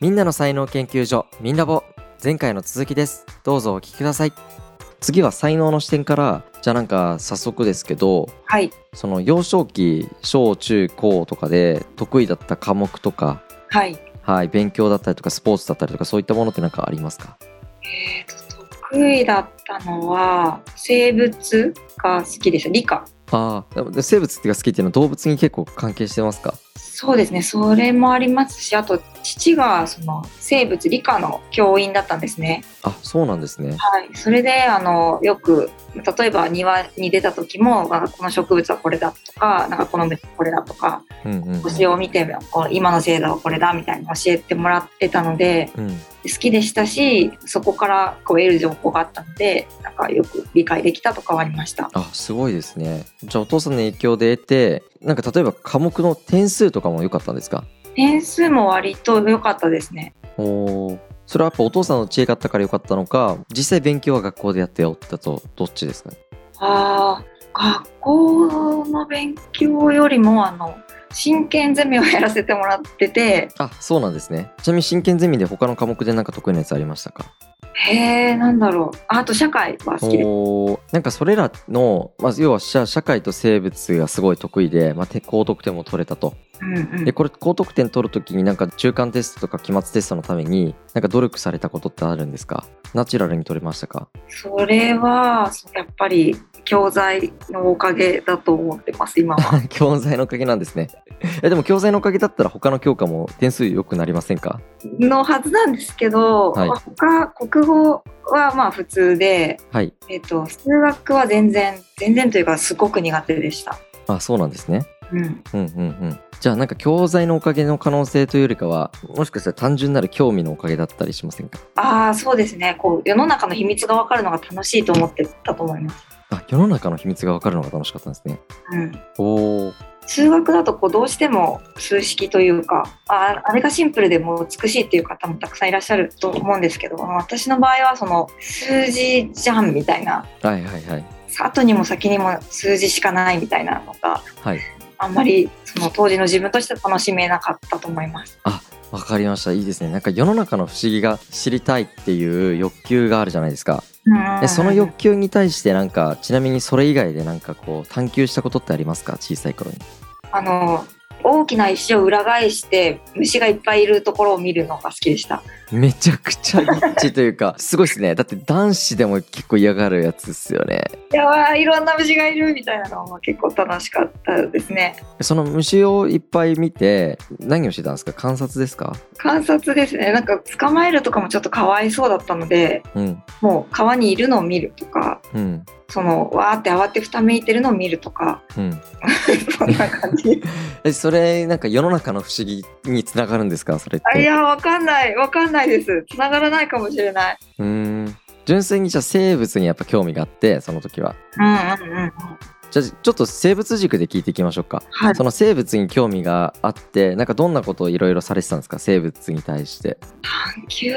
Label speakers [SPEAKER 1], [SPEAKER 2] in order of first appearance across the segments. [SPEAKER 1] みんなの才能研究所みんラボ前回の続きですどうぞお聞きください次は才能の視点からじゃあなんか早速ですけど
[SPEAKER 2] はい
[SPEAKER 1] その幼少期小中高とかで得意だった科目とか
[SPEAKER 2] はい
[SPEAKER 1] はい勉強だったりとかスポーツだったりとかそういったものって何かありますか
[SPEAKER 2] えー、と得意だったのは生物が好きでした理科
[SPEAKER 1] ああ生物っていうか好きっていうのは動物に結構関係してますか
[SPEAKER 2] そうですねそれもありますしあと父がその生物理科の教員だったんですね
[SPEAKER 1] あそうなんですね
[SPEAKER 2] はいそれであのよく例えば庭に出た時もあこの植物はこれだとかなんかこの虫はこれだとか
[SPEAKER 1] うんうんうん
[SPEAKER 2] 星を見てこう今の星座はこれだみたいに教えてもらってたので
[SPEAKER 1] うん
[SPEAKER 2] 好きでしたしそこからこう得る情報があったのでなんかよく理解できたとかはありました
[SPEAKER 1] あすごいですねじゃあお父さんの影響で得てなんか例えば科目の点数とかも良かったんですか
[SPEAKER 2] 点数も割と良かったですね
[SPEAKER 1] おーそれはやっぱお父さんの知恵があったから良かったのか実際勉強は学校でやってよだとどっちですかね
[SPEAKER 2] あー学校の勉強よりもあの真剣ゼミをやらせてもらってて
[SPEAKER 1] あそうなんですねちなみに真剣ゼミで他の科目でなんか得意なやつありましたか
[SPEAKER 2] へえんだろうああと社会は好きです
[SPEAKER 1] おーなんかそれらの、まあ、要は社社会と生物がすごい得意で、まあ、て高得点も取れたと
[SPEAKER 2] うんうん
[SPEAKER 1] でこれ高得点取るときになんか中間テストとか期末テストのためになんか努力されたことってあるんですかナチュラルに取れましたか
[SPEAKER 2] それはそうやっぱり教材のおかげだと思ってます今 は
[SPEAKER 1] 教材のおかげなんですねえでも教材のおかげだったら他の教科も点数良くなりませんか
[SPEAKER 2] のはずなんですけど、
[SPEAKER 1] はい
[SPEAKER 2] 他国語はまあ普通で、
[SPEAKER 1] はい
[SPEAKER 2] えっと数学は全然全然というかすごく苦手でした、
[SPEAKER 1] あそうなんですね
[SPEAKER 2] うん、
[SPEAKER 1] うんうんうんじゃあなんか教材のおかげの可能性というよりかはもしかしたら単純なる興味のおかげだったりしませんか
[SPEAKER 2] ああそうですねこう世の中の秘密が分かるのが楽しいと思ってたと思います、
[SPEAKER 1] あ世の中の秘密が分かるのが楽しかったんですね
[SPEAKER 2] うん、
[SPEAKER 1] おお
[SPEAKER 2] 数学だとこうどうしても数式というかああれがシンプルでもう美しいっていう方もたくさんいらっしゃると思うんですけど私の場合はその数字じゃんみたいな
[SPEAKER 1] はいはいはい
[SPEAKER 2] 後にも先にも数字しかないみたいなのが
[SPEAKER 1] はい
[SPEAKER 2] あんまりその当時の自分としては楽しめなかったと思います。
[SPEAKER 1] わかりましたいいですねなんか世の中の不思議が知りたいっていう欲求があるじゃないですか
[SPEAKER 2] うん
[SPEAKER 1] えその欲求に対してなんかちなみにそれ以外でなんかこう探求したことってありますか小さい頃に
[SPEAKER 2] あの大きな石を裏返して虫がいっぱいいるところを見るのが好きでした。
[SPEAKER 1] めちゃくちゃニッチというか すごいですねだって男子でも結構嫌がるやつですよね
[SPEAKER 2] いやーいろんな虫がいるみたいなのも結構楽しかったですね。
[SPEAKER 1] その虫をいっぱい見て何をしてたんですか観察ですか
[SPEAKER 2] 観察ですねなんか捕まえるとかもちょっとかわいそうだったので
[SPEAKER 1] うん
[SPEAKER 2] もう川にいるのを見るとか
[SPEAKER 1] うん
[SPEAKER 2] そのわーって慌てふためいてるのを見るとか
[SPEAKER 1] うん
[SPEAKER 2] そんな感 じ
[SPEAKER 1] えそれなんか世の中の不思議につながるんですかそれっ
[SPEAKER 2] あい
[SPEAKER 1] て
[SPEAKER 2] やわかんないわかんないですつながらないかもしれないう
[SPEAKER 1] ーん純粋にじゃあ生物にやっぱ興味があってその時は
[SPEAKER 2] うんうんうん
[SPEAKER 1] じゃあちょっと生物軸で聞いていきましょうか
[SPEAKER 2] はい
[SPEAKER 1] その生物に興味があってなんかどんなことをいろいろされてたんですか生物に対して
[SPEAKER 2] 探求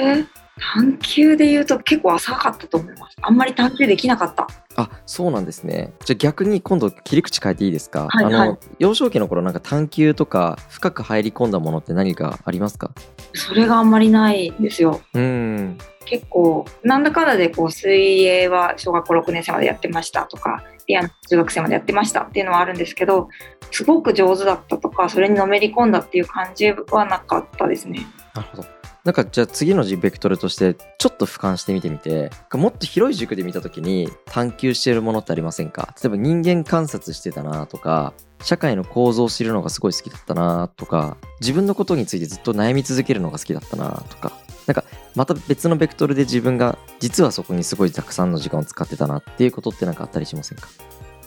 [SPEAKER 2] 探求で言うと結構浅かったと思いますあんまり探求できなかった
[SPEAKER 1] あそうなんですねじゃあ逆に今度切り口変えていいですか、
[SPEAKER 2] はい
[SPEAKER 1] あ
[SPEAKER 2] は
[SPEAKER 1] の幼少期の頃なんか探求とか深く入り込んだものって何かありますか
[SPEAKER 2] それがあんまりないんですよ
[SPEAKER 1] うーん
[SPEAKER 2] 結構なんだかんだでこう水泳は小学校6年生までやってましたとかピアノ中学生までやってましたっていうのはあるんですけどすごく上手だったとかそれにのめり込んだっていう感じはなかったですね
[SPEAKER 1] なるほどなんかじゃあ次のベクトルとしてちょっと俯瞰してみてみてもっと広い軸で見た時に探求しているものってありませんか例えば人間観察してたなとか社会の構造を知るのがすごい好きだったなとか自分のことについてずっと悩み続けるのが好きだったなとかなんかまた別のベクトルで自分が実はそこにすごいたくさんの時間を使ってたなっていうことってなんかあったりしませんか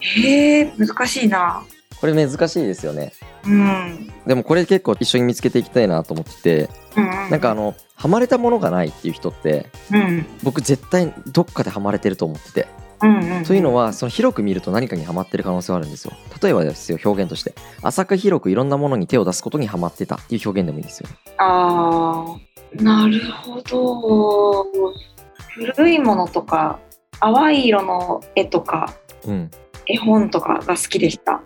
[SPEAKER 2] へえ難しいな
[SPEAKER 1] これ難しいですよね
[SPEAKER 2] うん
[SPEAKER 1] でもこれ結構一緒に見つけていきたいなと思ってて
[SPEAKER 2] うん
[SPEAKER 1] なんかあのハマれたものがないっていう人って
[SPEAKER 2] うん
[SPEAKER 1] 僕絶対どっかでハマれてると思ってて、
[SPEAKER 2] うんうん
[SPEAKER 1] というのはその広く見ると何かにハマってる可能性はあるんですよ例えばですよ表現として浅く広くいろんなものに手を出すことにハマってたっていう表現でもいいんですよね
[SPEAKER 2] あーなるほど古いものとか淡い色の絵とか
[SPEAKER 1] うん
[SPEAKER 2] 絵本とかが好きでした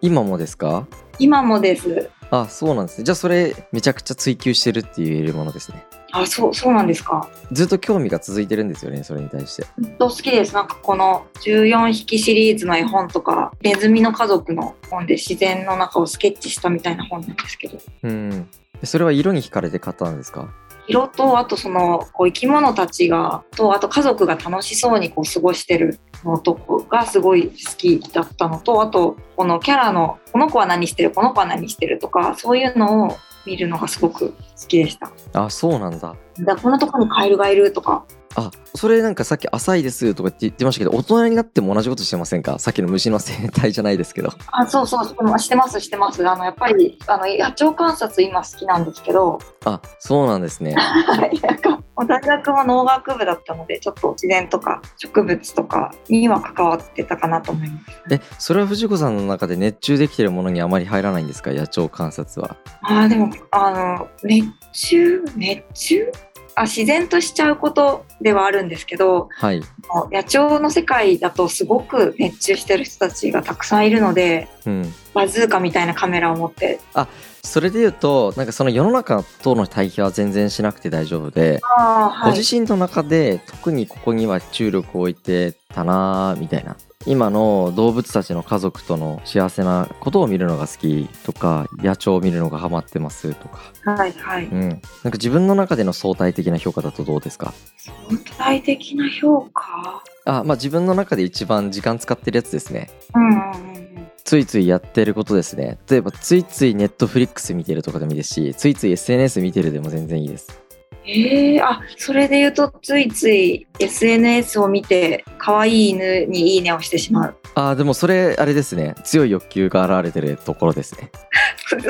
[SPEAKER 1] 今もですか
[SPEAKER 2] 今もです
[SPEAKER 1] あそうなんですねじゃあそれめちゃくちゃ追求してるって言えるものですね
[SPEAKER 2] あそうそうなんですか
[SPEAKER 1] ずっと興味が続いてるんですよねそれに対して
[SPEAKER 2] 本当好きですなんかこの14匹シリーズの絵本とか「ネズミの家族」の本で自然の中をスケッチしたみたいな本なんですけど
[SPEAKER 1] うんそれは色に惹かれて買ったんですか
[SPEAKER 2] 色とあとそのこう生き物たちがとあと家族が楽しそうにこう過ごしてるのとこがすごい好きだったのとあとこのキャラのこの子は何してるこの子は何してるとかそういうのを見るのがすごく好きでした。
[SPEAKER 1] あそうなんだ
[SPEAKER 2] だからこんなとこにカエルがいるとか
[SPEAKER 1] あそれなんかさっき「浅いです」とかって言ってましたけど大人になっても同じことしてませんかさっきの虫の生態じゃないですけど
[SPEAKER 2] あそうそうそうしてますしてますあのやっぱりあの野鳥観察今好きなんですけど
[SPEAKER 1] あそうなんですね
[SPEAKER 2] はい、なんか大学も農学部だったのでちょっと自然とか植物とかには関わってたかなと思います。
[SPEAKER 1] えそれは藤子さんの中で熱中できてるものにあまり入らないんですか野鳥観察は
[SPEAKER 2] あーでもあの熱中熱中あ自然としちゃうことではあるんですけど
[SPEAKER 1] はい
[SPEAKER 2] 野鳥の世界だとすごく熱中してる人たちがたくさんいるので
[SPEAKER 1] うん
[SPEAKER 2] バズーカみたいなカメラを持って
[SPEAKER 1] それで言うとなんかその世の中との対比は全然しなくて大丈夫で、
[SPEAKER 2] あー、は
[SPEAKER 1] ご
[SPEAKER 2] い、
[SPEAKER 1] 自身の中で特にここには注力を置いてたなーみたいな今の動物たちの家族との幸せなことを見るのが好きとか野鳥を見るのがハマってますとか
[SPEAKER 2] はいはい
[SPEAKER 1] うん、なんか自分の中での相対的な評価だとどうですか
[SPEAKER 2] 相対的な評価
[SPEAKER 1] あまあ自分の中で一番時間使ってるやつですね
[SPEAKER 2] うんうんうんうん
[SPEAKER 1] ついついやってることですね例えばついついネットフリックス見てるとかでもいいですしついつい SNS 見てるでも全然いいです
[SPEAKER 2] えー、あそれで言うとついつい SNS を見て可愛い犬に「いいね」をしてしまう
[SPEAKER 1] あーでもそれあれですね強い欲求が現れてるところですね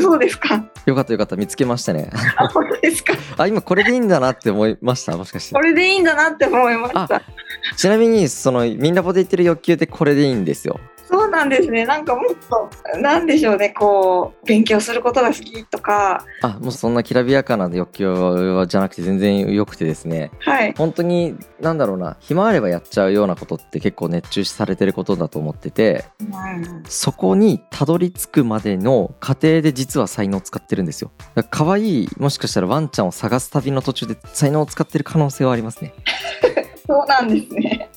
[SPEAKER 2] そうですか
[SPEAKER 1] よかったよかった見つけましたね
[SPEAKER 2] あ本当ですか
[SPEAKER 1] あ今これでいいんだなって思いましたもしかして
[SPEAKER 2] これでいいんだなって思いました
[SPEAKER 1] ちなみにそのみんなポで言ってる欲求ってこれでいいんですよ
[SPEAKER 2] そうなんですねなんかもっとなんでしょうねこう勉強することが好きとか
[SPEAKER 1] あもうそんなきらびやかな欲求はじゃなくて全然良くてですね
[SPEAKER 2] はい
[SPEAKER 1] 本当に何だろうな暇あればやっちゃうようなことって結構熱中されてることだと思ってて
[SPEAKER 2] うん
[SPEAKER 1] そこにたどり着くまでの過程で実は才能を使ってるんですよだから可愛いもしかしたらワンちゃんを探す旅の途中で才能を使ってる可能性はありますね
[SPEAKER 2] そうなんですね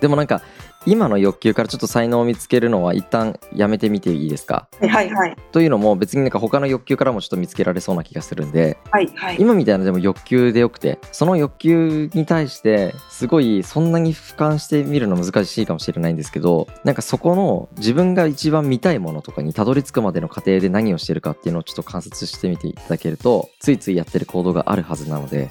[SPEAKER 1] でもなんか今の欲求からちょっと才能を見つけるのは一旦やめてみていいですか
[SPEAKER 2] はいはいはい
[SPEAKER 1] というのも別になんか他の欲求からもちょっと見つけられそうな気がするんで
[SPEAKER 2] はいはい
[SPEAKER 1] 今みたいなでも欲求でよくてその欲求に対してすごいそんなに俯瞰してみるの難しいかもしれないんですけどなんかそこの自分が一番見たいものとかにたどり着くまでの過程で何をしてるかっていうのをちょっと観察してみていただけるとついついやってる行動があるはずなので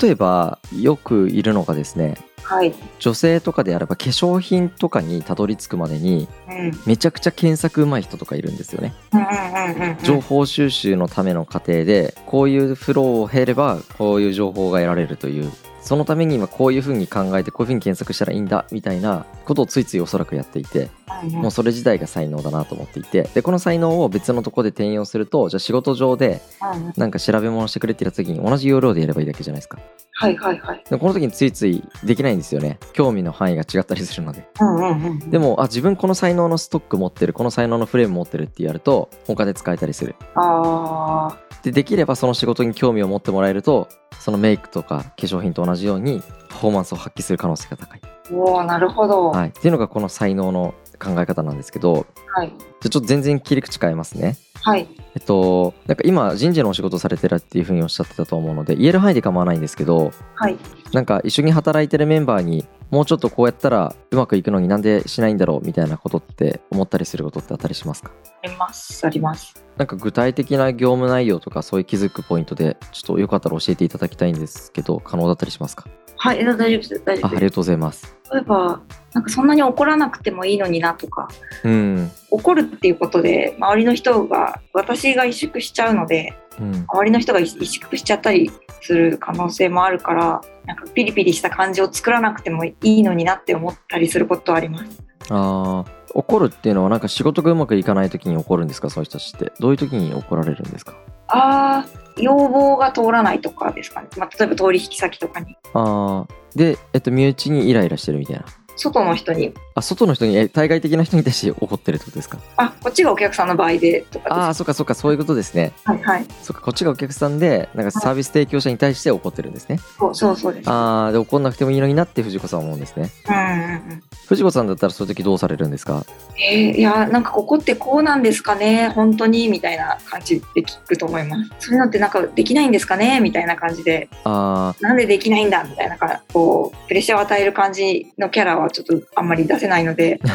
[SPEAKER 1] 例えばよくいるのがですね
[SPEAKER 2] はい
[SPEAKER 1] 女性とかであれば化粧品とかにたどり着くまでに
[SPEAKER 2] うんうん
[SPEAKER 1] めちゃくちゃ検索うまい人とかいるんですよね。
[SPEAKER 2] うんうんうん
[SPEAKER 1] 情報収集のための過程でこういうフローを経ればこういう情報が得られるというそのために今こういうふうに考えてこういうふうに検索したらいいんだみたいなことをついついおそらくやっていて
[SPEAKER 2] うんうん
[SPEAKER 1] もうそれ自体が才能だなと思っていてでこの才能を別のとこで転用するとじゃあ仕事上で
[SPEAKER 2] うんうん
[SPEAKER 1] なんか調べ物してくれって言った時に同じ要領でやればいいだけじゃないですか
[SPEAKER 2] はいはいはい
[SPEAKER 1] でこの時についついできないんですよね興味の範囲が違ったりするので
[SPEAKER 2] うんうんうんうん
[SPEAKER 1] でもあ自分この才能のストック持ってるこの才能のフレーム持ってるってやると他で使えたりする
[SPEAKER 2] ああ
[SPEAKER 1] でできればその仕事に興味を持ってもらえるとそのメイクとか化粧品と同じようにパフォーマンスを発揮する可能性が高い、
[SPEAKER 2] おおなるほど。は
[SPEAKER 1] はい、っていうのがこの才能の考え方なんですけど
[SPEAKER 2] い。
[SPEAKER 1] じゃあちょっと全然切り口変えますね
[SPEAKER 2] はい。
[SPEAKER 1] えっとなんか今人事のお仕事されてるっていうふうにおっしゃってたと思うので言える範囲で構わないんですけど
[SPEAKER 2] はい。
[SPEAKER 1] なんか一緒に働いてるメンバーにもうちょっとこうやったらうまくいくのになんでしないんだろうみたいなことって思ったりすることってあったりしますか
[SPEAKER 2] あります。あります。
[SPEAKER 1] なんか具体的な業務内容とかそういう気づくポイントでちょっとよかったら教えていただきたいんですけど可能だったりしますか
[SPEAKER 2] はい。え大丈夫です。大丈
[SPEAKER 1] あ
[SPEAKER 2] 夫
[SPEAKER 1] あり
[SPEAKER 2] で
[SPEAKER 1] が
[SPEAKER 2] す。
[SPEAKER 1] とうございます
[SPEAKER 2] 例えば、なんかそんなに怒らなくてもいいのになとか、
[SPEAKER 1] うん
[SPEAKER 2] 怒るっていうことで、周りの人が、私が萎縮しちゃうので、
[SPEAKER 1] うん
[SPEAKER 2] 周りの人が萎縮しちゃったりする可能性もあるから、なんかピリピリした感じを作らなくてもいいのになって思ったりすることはあります。
[SPEAKER 1] あー怒るっていうのはなんか仕事がうまくいかない時に怒るんですかそういう人たちってどういう時に怒られるんですか
[SPEAKER 2] ああ、要望が通らないとかですかね。まあ、例えば通り引き先とかに。
[SPEAKER 1] あーでえっと身内にイライラしてるみたいな
[SPEAKER 2] 外の人に
[SPEAKER 1] あ外の人にえ対外的な人に対して怒ってるってことですか
[SPEAKER 2] あこっちがお客さんの場合でとかです
[SPEAKER 1] ああそっかそっかそういうことですね
[SPEAKER 2] はいはい
[SPEAKER 1] そっかこっちがお客さんでなんかサービス提供者に対して怒ってるんですね
[SPEAKER 2] そうそうそうです
[SPEAKER 1] ああで怒んなくてもいいのになって藤子さんは思うんですね
[SPEAKER 2] うんうんうん
[SPEAKER 1] 藤子さんだったらそういう時どうされるんですか
[SPEAKER 2] えーいやなんかここってこうなんですかね本当にみたいな感じで聞くと思いますそういうのってなんかできないんですかねみたいな感じで
[SPEAKER 1] あ
[SPEAKER 2] なんでできないんだみたいななんかこうプレッシャーを与える感じのキャラはちょっとあんまり出せないので
[SPEAKER 1] ー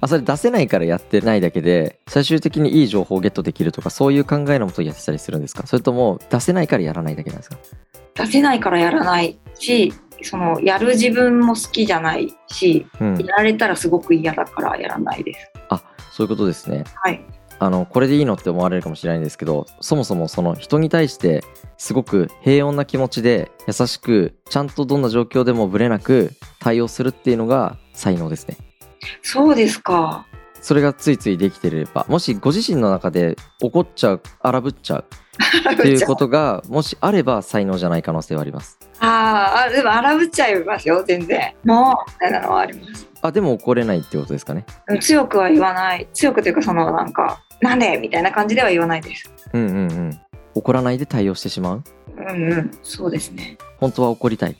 [SPEAKER 1] あそれ出せないからやってないだけで最終的にいい情報をゲットできるとかそういう考えのもとやってたりするんですかそれとも出せないからやらないだけなんですか
[SPEAKER 2] 出せないからやらないしそのやる自分も好きじゃないし
[SPEAKER 1] うん
[SPEAKER 2] やられたらすごく嫌だからやらないです
[SPEAKER 1] そういうことですね
[SPEAKER 2] はい
[SPEAKER 1] あのこれでいいのって思われるかもしれないんですけどそもそもその人に対してすごく平穏な気持ちで優しくちゃんとどんな状況でもぶれなく対応するっていうのが才能ですね
[SPEAKER 2] そうですか
[SPEAKER 1] それがついついできてればもしご自身の中で怒っちゃう荒ぶっちゃうっていうこと がもしあれば才能じゃない可能性はあります
[SPEAKER 2] あーあでも荒ぶっちゃいますよ全然もうみたいなのはあります
[SPEAKER 1] あでも怒れないってことですかね
[SPEAKER 2] でも強くは言わない強くというかそのなんかなんでみたいな感じでは言わないです
[SPEAKER 1] うんうんうん怒らないで対応してしまう
[SPEAKER 2] うんうんそうですね
[SPEAKER 1] 本当は怒りたい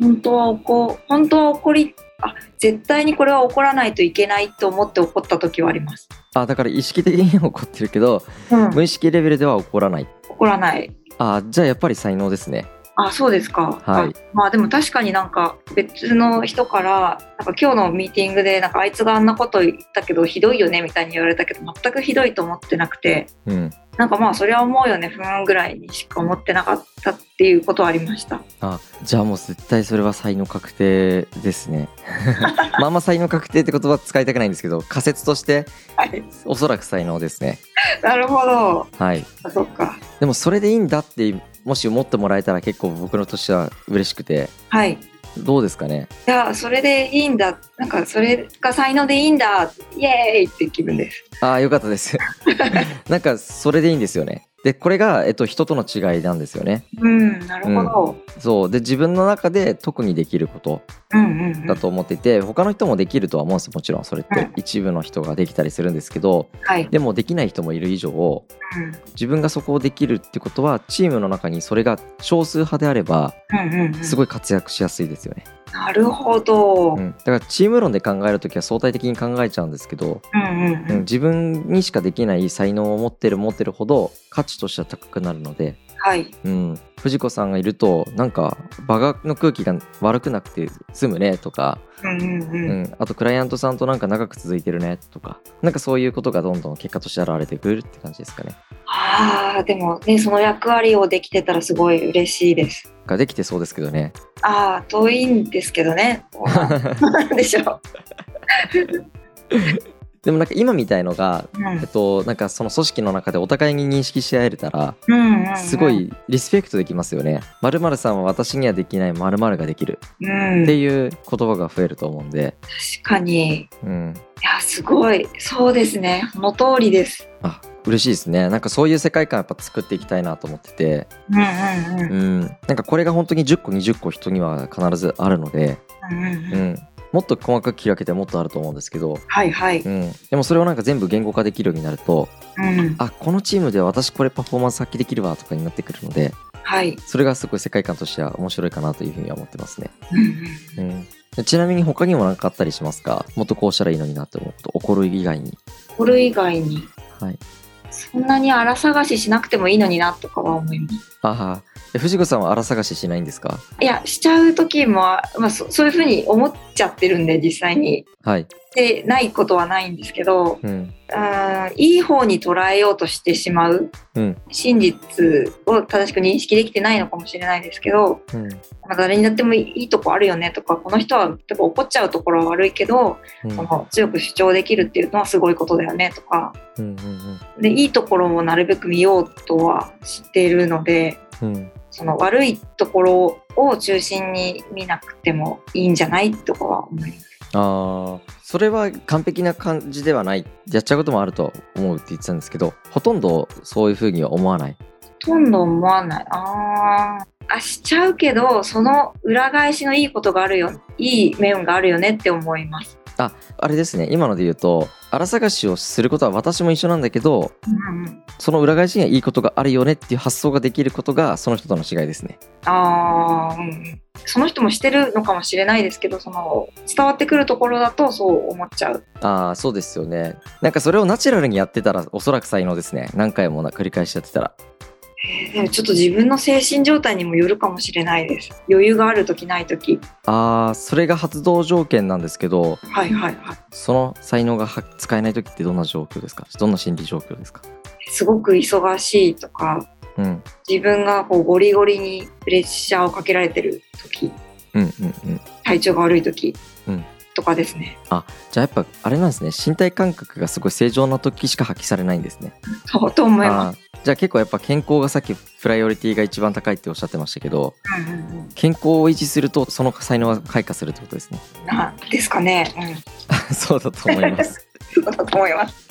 [SPEAKER 2] 本当は怒本当は怒りあ絶対にこれは怒らないといけないと思って怒った時はあります、
[SPEAKER 1] あだから意識的には怒ってるけど
[SPEAKER 2] うん、
[SPEAKER 1] 無意識レベルでは怒らない
[SPEAKER 2] 怒らない
[SPEAKER 1] あじゃあやっぱり才能ですね
[SPEAKER 2] あそうですか、
[SPEAKER 1] はい
[SPEAKER 2] あまあでも確かになんか別の人からなんか今日のミーティングでなんかあいつがあんなこと言ったけどひどいよねみたいに言われたけど全くひどいと思ってなくて
[SPEAKER 1] うん
[SPEAKER 2] なんかまあそれは思うよね不安ぐらいにしか思ってなかったっていうことはありました
[SPEAKER 1] あじゃあもう絶対それは才能確定です ねまああんま才能確定って言葉使いたくないんですけど仮説として
[SPEAKER 2] はい
[SPEAKER 1] おそらく才能ですね
[SPEAKER 2] なるほど
[SPEAKER 1] はい
[SPEAKER 2] あそっか
[SPEAKER 1] でもそれでいいんだってもし思ってもらえたら結構僕のとしては嬉しくて
[SPEAKER 2] はい
[SPEAKER 1] どうですかね
[SPEAKER 2] いやそれでいいんだなんかそれが才能でいいんだイエーイって気分です
[SPEAKER 1] ああよかったです なんかそれでいいんですよねでこれが、えっと、人との違いなんですよね
[SPEAKER 2] うんなるほど、
[SPEAKER 1] そうで自分の中で特にできること
[SPEAKER 2] うん、うんうん
[SPEAKER 1] だと思っていて他の人もできるとは思うんですもちろんそれって一部の人ができたりするんですけど
[SPEAKER 2] はい、
[SPEAKER 1] でもできない人もいる以上
[SPEAKER 2] うん、
[SPEAKER 1] 自分がそこをできるってことはチームの中にそれが少数派であれば
[SPEAKER 2] うんうんうん
[SPEAKER 1] すごい活躍しやすいですよね、
[SPEAKER 2] なるほど、う、
[SPEAKER 1] うんん、だからチーム論で考える時は相対的に考えちゃうんですけど、
[SPEAKER 2] うんうん
[SPEAKER 1] うん、自分にしかできない才能を持ってる持ってるほど価値としては高くなるので、
[SPEAKER 2] はい
[SPEAKER 1] うん、藤子さんがいるとなんか場がの空気が悪くなくて済むねとか、
[SPEAKER 2] うんうんうん、
[SPEAKER 1] うん、あとクライアントさんとなんか長く続いてるねとかなんかそういうことがどんどん結果として現れてくるって感じですかね。
[SPEAKER 2] ああでもねその役割をできてたらすごい嬉しいです
[SPEAKER 1] ができてそうですけどね。
[SPEAKER 2] ああ遠いんですけ どねでしょ
[SPEAKER 1] でもなんか今みたいのが
[SPEAKER 2] う、
[SPEAKER 1] えっ
[SPEAKER 2] ん
[SPEAKER 1] と、なんかその組織の中でお互いに認識し合えたら
[SPEAKER 2] うんうん、
[SPEAKER 1] すごいリスペクトできますよね。まるさんは私にはできないまるができる
[SPEAKER 2] うん、
[SPEAKER 1] っていう言葉が増えると思うんで、
[SPEAKER 2] 確かにい
[SPEAKER 1] うん、
[SPEAKER 2] やすごいそうですねその通りです
[SPEAKER 1] あ嬉しいですね。なんかそういう世界観やっぱ作っていきたいなと思ってて、
[SPEAKER 2] うんうんうん
[SPEAKER 1] うん、なんかこれが本当に10個20個人には必ずあるので、
[SPEAKER 2] うんうん
[SPEAKER 1] う
[SPEAKER 2] うん
[SPEAKER 1] ん、もっと細かく開けてもっとあると思うんですけど、
[SPEAKER 2] はいはい
[SPEAKER 1] うん、でもそれをなんか全部言語化できるようになると
[SPEAKER 2] うん
[SPEAKER 1] あこのチームでは私これパフォーマンス発揮できるわとかになってくるので
[SPEAKER 2] はい
[SPEAKER 1] それがすごい世界観としては面白いかなというふうには思ってますね、
[SPEAKER 2] うんうん
[SPEAKER 1] うん、でちなみに他にも何かあったりしますかもっとこうしたらいいのになって思うこと怒る以外に
[SPEAKER 2] これ以外に
[SPEAKER 1] はい
[SPEAKER 2] そんなに荒探ししなくてもいいのになとかは思います
[SPEAKER 1] ああえ藤子さんは荒探ししないんですか
[SPEAKER 2] いやしちゃう時も、まあ、そそういうふうに思っちゃってるんで実際に
[SPEAKER 1] はい、
[SPEAKER 2] でないことはないんですけど
[SPEAKER 1] うん、
[SPEAKER 2] うんいい方に捉えようとしてしまう、
[SPEAKER 1] うん
[SPEAKER 2] 真実を正しく認識できてないのかもしれないですけど、
[SPEAKER 1] うん
[SPEAKER 2] まあ、誰にだってもいいとこあるよねとかこの人は例えば怒っちゃうところは悪いけど、
[SPEAKER 1] うん
[SPEAKER 2] その強く主張できるっていうのはすごいことだよねとか
[SPEAKER 1] うんうん
[SPEAKER 2] でいいところもなるべく見ようとはしているので
[SPEAKER 1] うんうん
[SPEAKER 2] その悪いところを中心に見なくてもいいんじゃないとかは思います。
[SPEAKER 1] ああそれは完璧な感じではないやっちゃうこともあると思うって言ってたんですけどほとんどそういうふうには思わない
[SPEAKER 2] ほとんど思わない。あーあしちゃうけどその裏返しのいいことがあるよいい面があるよねって思います。
[SPEAKER 1] ああれですね今ので言うと荒探しをすることは私も一緒なんだけど
[SPEAKER 2] うんうん、
[SPEAKER 1] その裏返しにはいいことがあるよねっていう発想ができることがその人との違いですね
[SPEAKER 2] あーうんうん、その人もしてるのかもしれないですけどその伝わってくるところだとそう思っちゃう。
[SPEAKER 1] ああそうですよねなんかそれをナチュラルにやってたらおそらく才能ですね何回もな繰り返しやってたら
[SPEAKER 2] えーでもちょっと自分の精神状態にもよるかもしれないです。余裕がある時ない時
[SPEAKER 1] ああそれが発動条件なんですけど
[SPEAKER 2] はいはいはい。
[SPEAKER 1] その才能がは使えない時ってどんな状況ですかどんな心理状況ですか
[SPEAKER 2] すごく忙しいとか
[SPEAKER 1] うん
[SPEAKER 2] 自分がこうゴリゴリにプレッシャーをかけられてる時
[SPEAKER 1] うんうんうん
[SPEAKER 2] 体調が悪い時
[SPEAKER 1] うん
[SPEAKER 2] とかですね、
[SPEAKER 1] じゃあやっぱあれなんですね身体感覚がすごい正常な時しか発揮されないんですね
[SPEAKER 2] そうと思います。
[SPEAKER 1] あーじゃあ結構やっぱ健康がさっきプライオリティが一番高いっておっしゃってましたけど
[SPEAKER 2] うんうんうん
[SPEAKER 1] 健康を維持するとその才能が開花するってことですね
[SPEAKER 2] なんですかね。うん
[SPEAKER 1] そうだと思います
[SPEAKER 2] そうだと思います。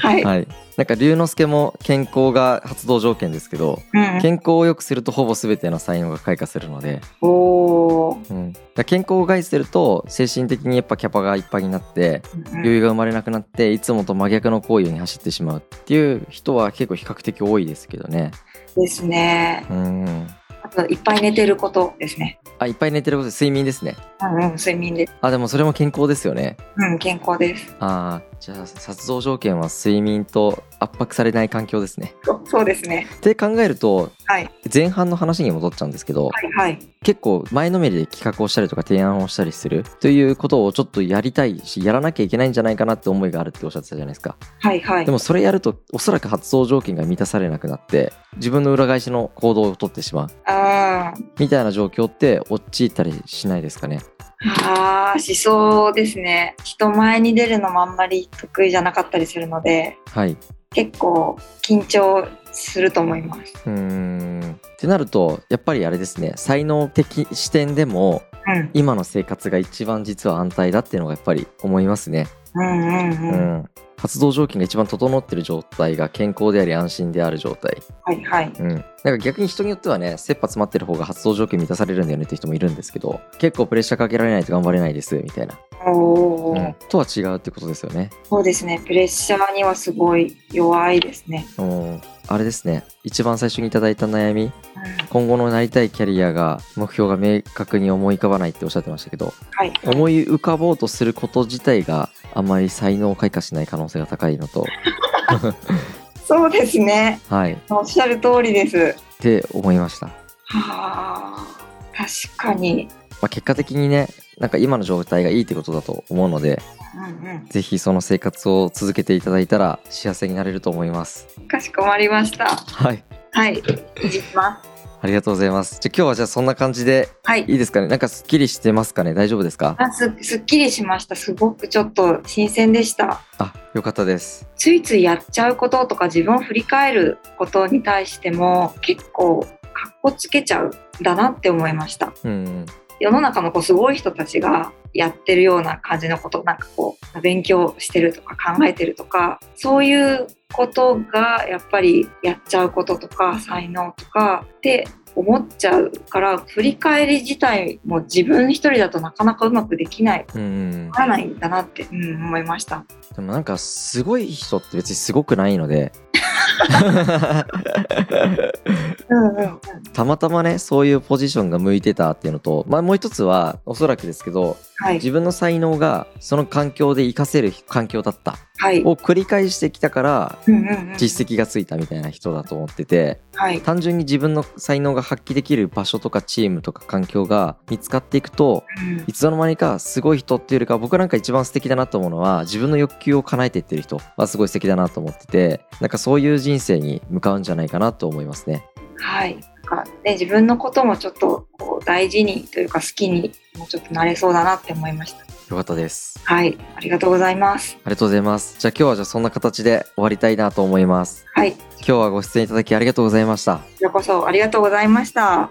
[SPEAKER 2] は い。
[SPEAKER 1] はい、なんか龍之介も健康が発動条件ですけど
[SPEAKER 2] うん
[SPEAKER 1] 健康を良くするとほぼ全ての才能が開花するので、
[SPEAKER 2] お
[SPEAKER 1] う
[SPEAKER 2] ー
[SPEAKER 1] ん、だから健康を害すると精神的にやっぱキャパがいっぱいになって
[SPEAKER 2] うん
[SPEAKER 1] 余裕が生まれなくなっていつもと真逆の行為に走ってしまうっていう人は結構比較的多いですけどね。
[SPEAKER 2] ですね。
[SPEAKER 1] うん
[SPEAKER 2] あといっぱい寝てることですね。
[SPEAKER 1] あいっぱい寝てることで睡眠ですね。
[SPEAKER 2] うんうん睡眠です。
[SPEAKER 1] あでもそれも健康ですよね。
[SPEAKER 2] うん健康です。
[SPEAKER 1] あーじゃあ殺動条件は睡眠と圧迫されない環境ですね。
[SPEAKER 2] そうそうですね。
[SPEAKER 1] って考えると
[SPEAKER 2] はい
[SPEAKER 1] 前半の話に戻っちゃうんですけど、
[SPEAKER 2] はいはい。
[SPEAKER 1] 結構前のめりで企画をしたりとか提案をしたりするということをちょっとやりたいしやらなきゃいけないんじゃないかなって思いがあるっておっしゃってたじゃないですか
[SPEAKER 2] はいはい
[SPEAKER 1] で。もそれやるとおそらく発動条件が満たされなくなって自分の裏返しの行動をとってしまう
[SPEAKER 2] あー
[SPEAKER 1] みたいな状況って陥ったりしないですかね
[SPEAKER 2] あー、しそうですね。人前に出るのもあんまり得意じゃなかったりするので、
[SPEAKER 1] はい
[SPEAKER 2] 結構緊張すると思います。
[SPEAKER 1] うーんってなるとやっぱりあれですね才能的視点でも
[SPEAKER 2] うん。
[SPEAKER 1] 今の生活が一番実は安泰だっていうのがやっぱり思いますね
[SPEAKER 2] うんうん
[SPEAKER 1] う
[SPEAKER 2] うん。
[SPEAKER 1] ん発動条件が一番整ってる状態が健康であり安心である状態
[SPEAKER 2] はいはい。
[SPEAKER 1] うん、なんか逆に人によってはね切羽詰まってる方が発動条件満たされるんだよねって人もいるんですけど結構プレッシャーかけられないと頑張れないですみたいな、
[SPEAKER 2] おお、
[SPEAKER 1] うんとは違うってことですよね、
[SPEAKER 2] そうですね。プレッシャーにはすごい弱いですね。
[SPEAKER 1] うん、あれですね一番最初にいただいた悩み
[SPEAKER 2] うん、
[SPEAKER 1] 今後のなりたいキャリアが目標が明確に思い浮かばないっておっしゃってましたけど
[SPEAKER 2] はい。
[SPEAKER 1] 思い浮かぼうとすること自体があんまり才能を開花しない可能性が高いのと
[SPEAKER 2] そうですね。
[SPEAKER 1] はいっ
[SPEAKER 2] おっしゃる通りです。
[SPEAKER 1] て思いました、ま
[SPEAKER 2] はあ、確かに。
[SPEAKER 1] あ、結果的にねなんか今の状態がいいってことだと思うので
[SPEAKER 2] うんうん。
[SPEAKER 1] ぜひその生活を続けていただいたら幸せになれると思います。
[SPEAKER 2] かしこまりました。
[SPEAKER 1] はい。
[SPEAKER 2] はい。いじきます。
[SPEAKER 1] ありがとうございます。じゃあ今日はじゃあそんな感じで
[SPEAKER 2] はい。
[SPEAKER 1] いいですかねなんかすっきりしてますかね大丈夫ですか
[SPEAKER 2] あすすっきりしました。すごくちょっと新鮮でした。
[SPEAKER 1] あ、よかったです。
[SPEAKER 2] ついついやっちゃうこととか自分を振り返ることに対しても結構かっこつけちゃうんだなって思いました。
[SPEAKER 1] うん
[SPEAKER 2] 世の中のこうすごい人たちがやってるような感じのことなんかこう勉強してるとか考えてるとかそういうことがやっぱりやっちゃうこととか才能とかって思っちゃうから振り返り自体も自分一人だとなかなかうまくできない
[SPEAKER 1] うん。うん。
[SPEAKER 2] わからないんだなって、うん、思いました。
[SPEAKER 1] でもなんかすごい人って別にすごくないので
[SPEAKER 2] うんうんうん、
[SPEAKER 1] たまたまねそういうポジションが向いてたっていうのと、まあ、もう一つはおそらくですけど
[SPEAKER 2] はい、
[SPEAKER 1] 自分の才能がその環境で活かせる環境だった
[SPEAKER 2] はい、
[SPEAKER 1] を繰り返してきたから
[SPEAKER 2] うんうんうん
[SPEAKER 1] 実績がついたみたいな人だと思ってて
[SPEAKER 2] はい、
[SPEAKER 1] 単純に自分の才能が発揮できる場所とかチームとか環境が見つかっていくと
[SPEAKER 2] うん
[SPEAKER 1] いつの間にかすごい人っていうよりか僕なんか一番素敵だなと思うのは自分の欲求を叶えていってる人はすごい素敵だなと思っててなんかそういう人生に向かうんじゃないかなと思いますね。
[SPEAKER 2] はい、なんかね自分のこともちょっとこう大事にというか好きにもうちょっとなれそうだなって思いました。
[SPEAKER 1] よかったです。
[SPEAKER 2] はい、ありがとうございます。
[SPEAKER 1] ありがとうございます。じゃあ今日はじゃあそんな形で終わりたいなと思います。
[SPEAKER 2] はい、こ
[SPEAKER 1] 今日はご出演いただきありがとうございました。
[SPEAKER 2] ちらこそありがとうございました。